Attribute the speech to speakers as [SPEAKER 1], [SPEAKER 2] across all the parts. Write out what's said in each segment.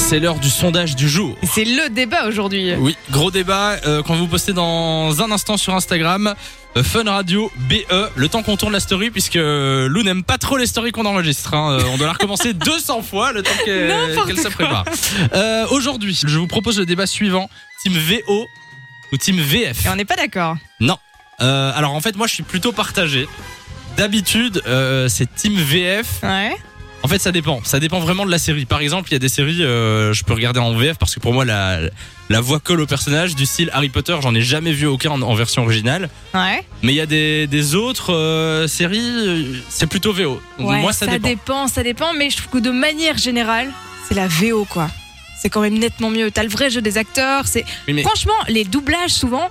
[SPEAKER 1] c'est l'heure du sondage du jour.
[SPEAKER 2] C'est le débat aujourd'hui.
[SPEAKER 1] Oui, gros débat euh, quand vous postez dans un instant sur Instagram. euh, Fun Radio BE, le temps qu'on tourne la story, puisque euh, Lou n'aime pas trop les stories qu'on enregistre. hein. Euh, On doit la recommencer 200 fois le temps qu'elle
[SPEAKER 2] N'importe
[SPEAKER 1] qu'elle se
[SPEAKER 2] quoi.
[SPEAKER 1] prépare. Euh, Aujourd'hui, je vous propose le débat suivant Team VO ou Team VF
[SPEAKER 2] Et on n'est pas d'accord.
[SPEAKER 1] Euh, Alors en fait, moi je suis plutôt partagé. D'habitude, euh, c'est Team VF
[SPEAKER 2] Ouais.
[SPEAKER 1] En fait, ça dépend. Ça dépend vraiment de la série. Par exemple, il y a des séries, euh, je peux regarder en VF parce que pour moi, la, la voix colle au personnage du style Harry Potter. J'en ai jamais vu aucun en, en version originale.
[SPEAKER 2] Ouais.
[SPEAKER 1] Mais il y a des, des autres euh, séries, euh, c'est plutôt VO. Donc, moi, ça, dépend.
[SPEAKER 2] ça dépend, mais je trouve que de manière générale, c'est la VO quoi. C'est quand même nettement mieux. T'as le vrai jeu des acteurs. C'est
[SPEAKER 1] Oui, mais-
[SPEAKER 2] franchement les doublages souvent.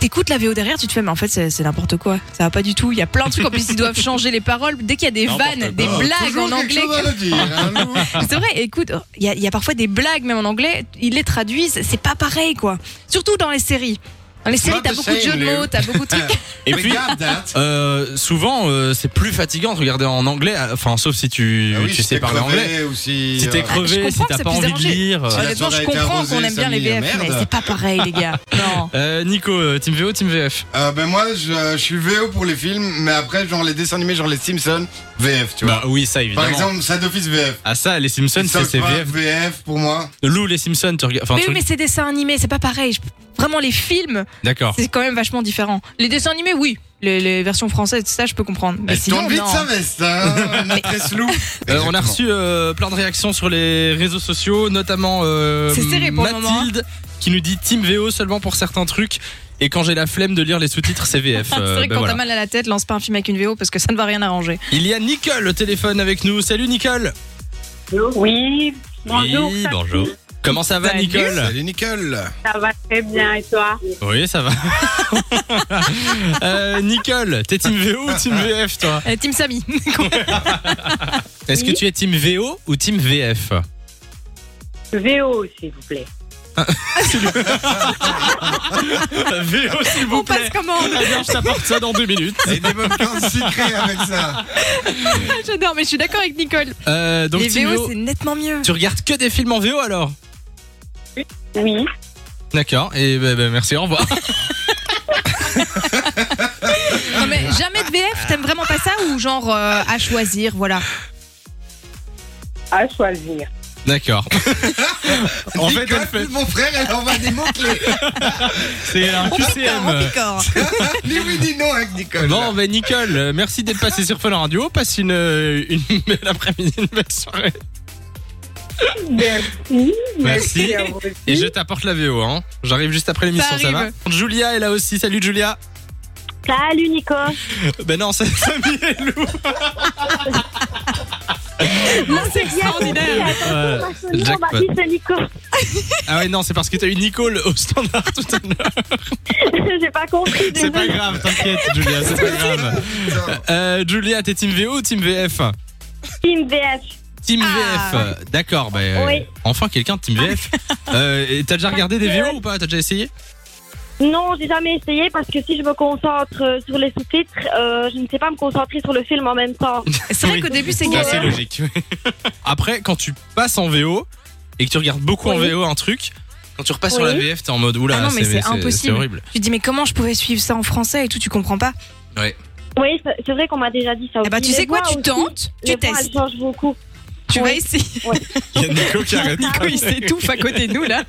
[SPEAKER 2] T'écoutes la VO derrière, tu te fais mais en fait c'est c'est n'importe quoi. Ça va pas du tout. Il y a plein de trucs en plus ils doivent changer les paroles. Dès qu'il y a des
[SPEAKER 1] N'importe
[SPEAKER 2] vannes,
[SPEAKER 1] quoi.
[SPEAKER 2] des
[SPEAKER 3] Oh,
[SPEAKER 2] blagues
[SPEAKER 3] toujours
[SPEAKER 2] en anglais.
[SPEAKER 3] quelque chose à redire, hein, Lou.
[SPEAKER 2] C'est vrai, écoute, il y, a- il y a parfois des blagues même en anglais, ils les traduisent, c'est pas pareil quoi. Surtout dans les séries. Dans les séries,
[SPEAKER 3] Not
[SPEAKER 2] t'as
[SPEAKER 3] the
[SPEAKER 2] beaucoup de
[SPEAKER 3] same,
[SPEAKER 2] jeux de
[SPEAKER 3] Léo.
[SPEAKER 2] mots, t'as beaucoup de trucs.
[SPEAKER 1] Et puis,
[SPEAKER 3] Regarde that.
[SPEAKER 1] euh, souvent, euh, c'est plus fatigant de regarder en anglais. euh, Enfin, sauf si tu,
[SPEAKER 3] Ah oui,
[SPEAKER 1] tu
[SPEAKER 3] si
[SPEAKER 1] sais
[SPEAKER 3] t'es
[SPEAKER 1] parler
[SPEAKER 3] crevé
[SPEAKER 1] anglais.
[SPEAKER 3] ou si,
[SPEAKER 1] Si t'es
[SPEAKER 3] euh,
[SPEAKER 2] je
[SPEAKER 1] crevé,
[SPEAKER 2] comprends
[SPEAKER 1] si
[SPEAKER 2] que
[SPEAKER 1] t'as
[SPEAKER 2] c'est
[SPEAKER 1] pas
[SPEAKER 2] plus
[SPEAKER 1] envie de
[SPEAKER 2] dérangé.
[SPEAKER 1] lire. euh.
[SPEAKER 3] Si la
[SPEAKER 2] Honnêtement,
[SPEAKER 3] soirée
[SPEAKER 2] je
[SPEAKER 3] a été
[SPEAKER 2] comprends
[SPEAKER 3] arrosée
[SPEAKER 2] qu'on aime bien les
[SPEAKER 3] samedi,
[SPEAKER 2] VF, mais
[SPEAKER 3] merde.
[SPEAKER 2] c'est pas pareil les gars. Non.
[SPEAKER 1] Euh, Nico, euh, Team VO, Team VF.
[SPEAKER 3] Euh, ben moi, je, je suis VO pour les films, mais après, genre les dessins animés, genre les Simpsons, VF, tu vois.
[SPEAKER 1] Bah oui, ça
[SPEAKER 3] Par
[SPEAKER 1] évidemment.
[SPEAKER 3] exemple, ça d'office VF.
[SPEAKER 1] ah ça, les Simpsons,
[SPEAKER 3] South
[SPEAKER 1] c'est c'est
[SPEAKER 3] Park,
[SPEAKER 1] VF.
[SPEAKER 3] VF pour moi.
[SPEAKER 1] Lou, les Simpsons, tu regardes. enfin,
[SPEAKER 2] Mais
[SPEAKER 1] tu-
[SPEAKER 2] oui, mais c'est dessins animés, c'est pas pareil. Je- Vraiment les films,
[SPEAKER 1] D'accord.
[SPEAKER 2] c'est quand même vachement différent. Les dessins animés, oui. Les, les versions françaises, ça je peux comprendre. Mais
[SPEAKER 3] Elle
[SPEAKER 2] sinon,
[SPEAKER 3] tourne vite
[SPEAKER 2] non.
[SPEAKER 3] sa veste, hein, maîtresse
[SPEAKER 1] Euh,
[SPEAKER 3] Lou.
[SPEAKER 1] on a
[SPEAKER 3] Exactement.
[SPEAKER 1] reçu euh, plein de réactions sur les réseaux sociaux, notamment euh,
[SPEAKER 2] C'est serré pour le
[SPEAKER 1] Mathilde
[SPEAKER 2] moment,
[SPEAKER 1] qui nous dit Team VO seulement pour certains trucs. Et quand j'ai la flemme de lire les sous-titres, c'est VF.
[SPEAKER 2] C'est
[SPEAKER 1] Euh,
[SPEAKER 2] vrai que
[SPEAKER 1] ben
[SPEAKER 2] quand
[SPEAKER 1] voilà.
[SPEAKER 2] t'as mal à la tête, lance pas un film avec une VO parce que ça ne va rien arranger.
[SPEAKER 1] Il y a Nicole au téléphone avec nous. Salut Nicole.
[SPEAKER 4] Oui, bonjour.
[SPEAKER 1] Oui,
[SPEAKER 4] Sophie.
[SPEAKER 1] bonjour. Comment ça va
[SPEAKER 2] Salut.
[SPEAKER 1] Nicole
[SPEAKER 3] Salut Nicole.
[SPEAKER 4] Ça va très bien et toi
[SPEAKER 1] Oui, ça va. Euh, Nicole, t'es Team VO ou Team VF toi
[SPEAKER 2] Euh, Team Samy.
[SPEAKER 1] Est-ce que
[SPEAKER 4] Oui.
[SPEAKER 1] tu es Team VO ou Team VF
[SPEAKER 4] VO, s'il vous plaît.
[SPEAKER 1] VO Euh, s'il vous
[SPEAKER 2] On
[SPEAKER 1] plaît.
[SPEAKER 2] passe Ah, commande.
[SPEAKER 1] Eh bien, je t'apporte ça dans deux minutes.
[SPEAKER 3] Et des popcorns sucrés avec ça.
[SPEAKER 2] J'adore, mais je suis d'accord avec Nicole.
[SPEAKER 1] Euh, donc
[SPEAKER 2] les
[SPEAKER 1] Team
[SPEAKER 2] VO,
[SPEAKER 1] VO,
[SPEAKER 2] c'est nettement mieux.
[SPEAKER 1] tu regardes que des films en VO alors
[SPEAKER 4] Oui.
[SPEAKER 1] D'accord, et ben, ben, merci, au revoir.
[SPEAKER 2] Non, mais jamais de VF, t'aimes vraiment pas ça ou genre euh, à choisir, voilà.
[SPEAKER 4] À choisir.
[SPEAKER 1] D'accord. en fait,
[SPEAKER 3] Nicole,
[SPEAKER 1] elle fait.
[SPEAKER 3] mon frère, elle envoie des mots-clés.
[SPEAKER 1] C'est un
[SPEAKER 2] On picore, on
[SPEAKER 1] QCM.
[SPEAKER 2] picore.
[SPEAKER 3] Dis oui, dis non avec Nicole.
[SPEAKER 1] Bon, ben Nicole, euh, merci d'être passé sur Fun Radio. Passe une, euh, une belle après-midi, une belle soirée.
[SPEAKER 4] Merci.
[SPEAKER 1] Merci.
[SPEAKER 4] à vous aussi.
[SPEAKER 1] Et je t'apporte la VO, hein. J'arrive juste après l'émission, ça,
[SPEAKER 2] Ça
[SPEAKER 1] va
[SPEAKER 2] arrive.
[SPEAKER 1] Julia est là aussi. Salut Julia.
[SPEAKER 4] Salut Nico.
[SPEAKER 1] Ben non, c'est Samy et Lou.
[SPEAKER 2] Non, c'est extraordinaire.
[SPEAKER 1] Euh,
[SPEAKER 4] Jack,
[SPEAKER 1] jackpot.
[SPEAKER 4] c'est Nico.
[SPEAKER 1] Ah ouais, non, c'est parce que t'as eu Nicole au standard tout à l'heure.
[SPEAKER 4] J'ai pas compris.
[SPEAKER 1] C'est pas
[SPEAKER 4] désolée.
[SPEAKER 1] grave, t'inquiète, Julia, c'est pas grave. Euh, Julia, t'es team VO ou team VF
[SPEAKER 4] Team VF.
[SPEAKER 1] Team
[SPEAKER 2] Ah.
[SPEAKER 1] VF, d'accord, bah, euh,
[SPEAKER 4] Oui.
[SPEAKER 1] enfin quelqu'un de Team VF. euh, et T'as déjà regardé des VO ou pas T'as déjà essayé
[SPEAKER 4] Non, j'ai jamais essayé parce que si je me concentre euh, sur les sous-titres, euh, je ne sais pas me concentrer sur le film en même temps.
[SPEAKER 2] C'est vrai
[SPEAKER 1] Oui.
[SPEAKER 2] qu'au début, c'est
[SPEAKER 1] C'est assez
[SPEAKER 2] galère.
[SPEAKER 1] logique. Après, quand tu passes en VO et que tu regardes beaucoup en
[SPEAKER 4] Oui.
[SPEAKER 1] VO un truc, quand tu repasses sur
[SPEAKER 4] Oui.
[SPEAKER 1] la VF, t'es en mode oula,
[SPEAKER 2] Ah non, mais c'est
[SPEAKER 1] c'est
[SPEAKER 2] impossible.
[SPEAKER 1] horrible.
[SPEAKER 2] Tu te dis, mais comment je pouvais suivre ça en français et tout, tu comprends pas
[SPEAKER 4] Oui, c'est- c'est vrai qu'on m'a déjà dit ça.
[SPEAKER 2] Eh bah,
[SPEAKER 4] aussi.
[SPEAKER 2] tu sais
[SPEAKER 4] Les
[SPEAKER 2] quoi,
[SPEAKER 4] voix
[SPEAKER 2] tu
[SPEAKER 4] aussi,
[SPEAKER 2] tentes,
[SPEAKER 4] les
[SPEAKER 2] tu
[SPEAKER 4] voix,
[SPEAKER 2] testes,
[SPEAKER 4] elles changent beaucoup.
[SPEAKER 2] tu vas
[SPEAKER 4] Oui.
[SPEAKER 2] essayer.
[SPEAKER 1] Il y a Nico qui arrête.
[SPEAKER 2] Nico, il s'étouffe à côté de nous, là.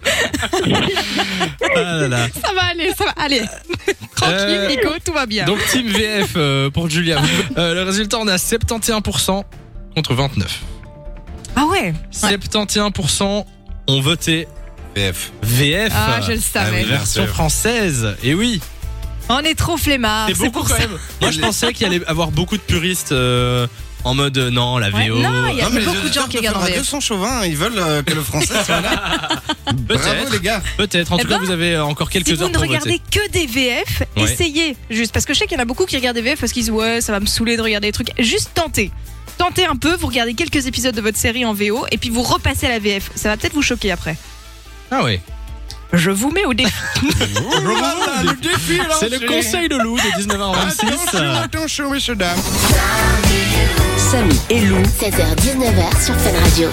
[SPEAKER 1] Ah là là.
[SPEAKER 2] Ça va aller, ça va aller. Tranquille,
[SPEAKER 1] Euh,
[SPEAKER 2] Nico, tout va bien.
[SPEAKER 1] Donc Team VF euh, pour Julia. Euh, le résultat, on a 71% contre 29.
[SPEAKER 2] Ah ouais
[SPEAKER 1] 71% ont voté
[SPEAKER 3] VF.
[SPEAKER 1] VF.
[SPEAKER 2] Ah, je le savais.
[SPEAKER 3] oui, là.
[SPEAKER 1] Version française, et oui,
[SPEAKER 2] On est trop flemmards,
[SPEAKER 1] C'est
[SPEAKER 2] c'est
[SPEAKER 1] beaucoup
[SPEAKER 2] pour
[SPEAKER 1] quand
[SPEAKER 2] ça.
[SPEAKER 1] même. Moi, je pensais qu'il y allait avoir beaucoup de puristes euh, en mode euh, non, la VO.
[SPEAKER 2] Ouais. Non, il y a
[SPEAKER 3] Non, mais les
[SPEAKER 2] beaucoup de gens
[SPEAKER 3] auditeurs
[SPEAKER 2] qui
[SPEAKER 3] de
[SPEAKER 2] regardent en
[SPEAKER 3] Fun Radio
[SPEAKER 2] VF.
[SPEAKER 3] sont chauvins, ils veulent euh, que le français soit là. Bravo
[SPEAKER 1] Peut-être.
[SPEAKER 3] les gars.
[SPEAKER 1] Peut-être. En
[SPEAKER 2] Eh
[SPEAKER 1] tout cas,
[SPEAKER 2] ben,
[SPEAKER 1] vous avez euh, encore quelques
[SPEAKER 2] Si vous
[SPEAKER 1] heures
[SPEAKER 2] ne
[SPEAKER 1] pour
[SPEAKER 2] regardez
[SPEAKER 1] voter.
[SPEAKER 2] que des VF,
[SPEAKER 1] Ouais.
[SPEAKER 2] essayez juste. Parce que je sais qu'il y en a beaucoup qui regardent des VF parce qu'ils disent ouais, ça va me saouler de regarder des trucs. Juste tentez. Tentez un peu, vous regardez quelques épisodes de votre série en VO et puis vous repassez à la VF. Ça va peut-être vous choquer après.
[SPEAKER 1] Ah ouais.
[SPEAKER 2] Je vous mets au défi.
[SPEAKER 3] Voilà, le défi est
[SPEAKER 1] C'est le
[SPEAKER 3] lancé.
[SPEAKER 1] conseil de Lou de 19h26.
[SPEAKER 3] Attention, attention, messieurs, dames.
[SPEAKER 5] Samy et Lou.
[SPEAKER 6] 16h-19h sur Fun Radio.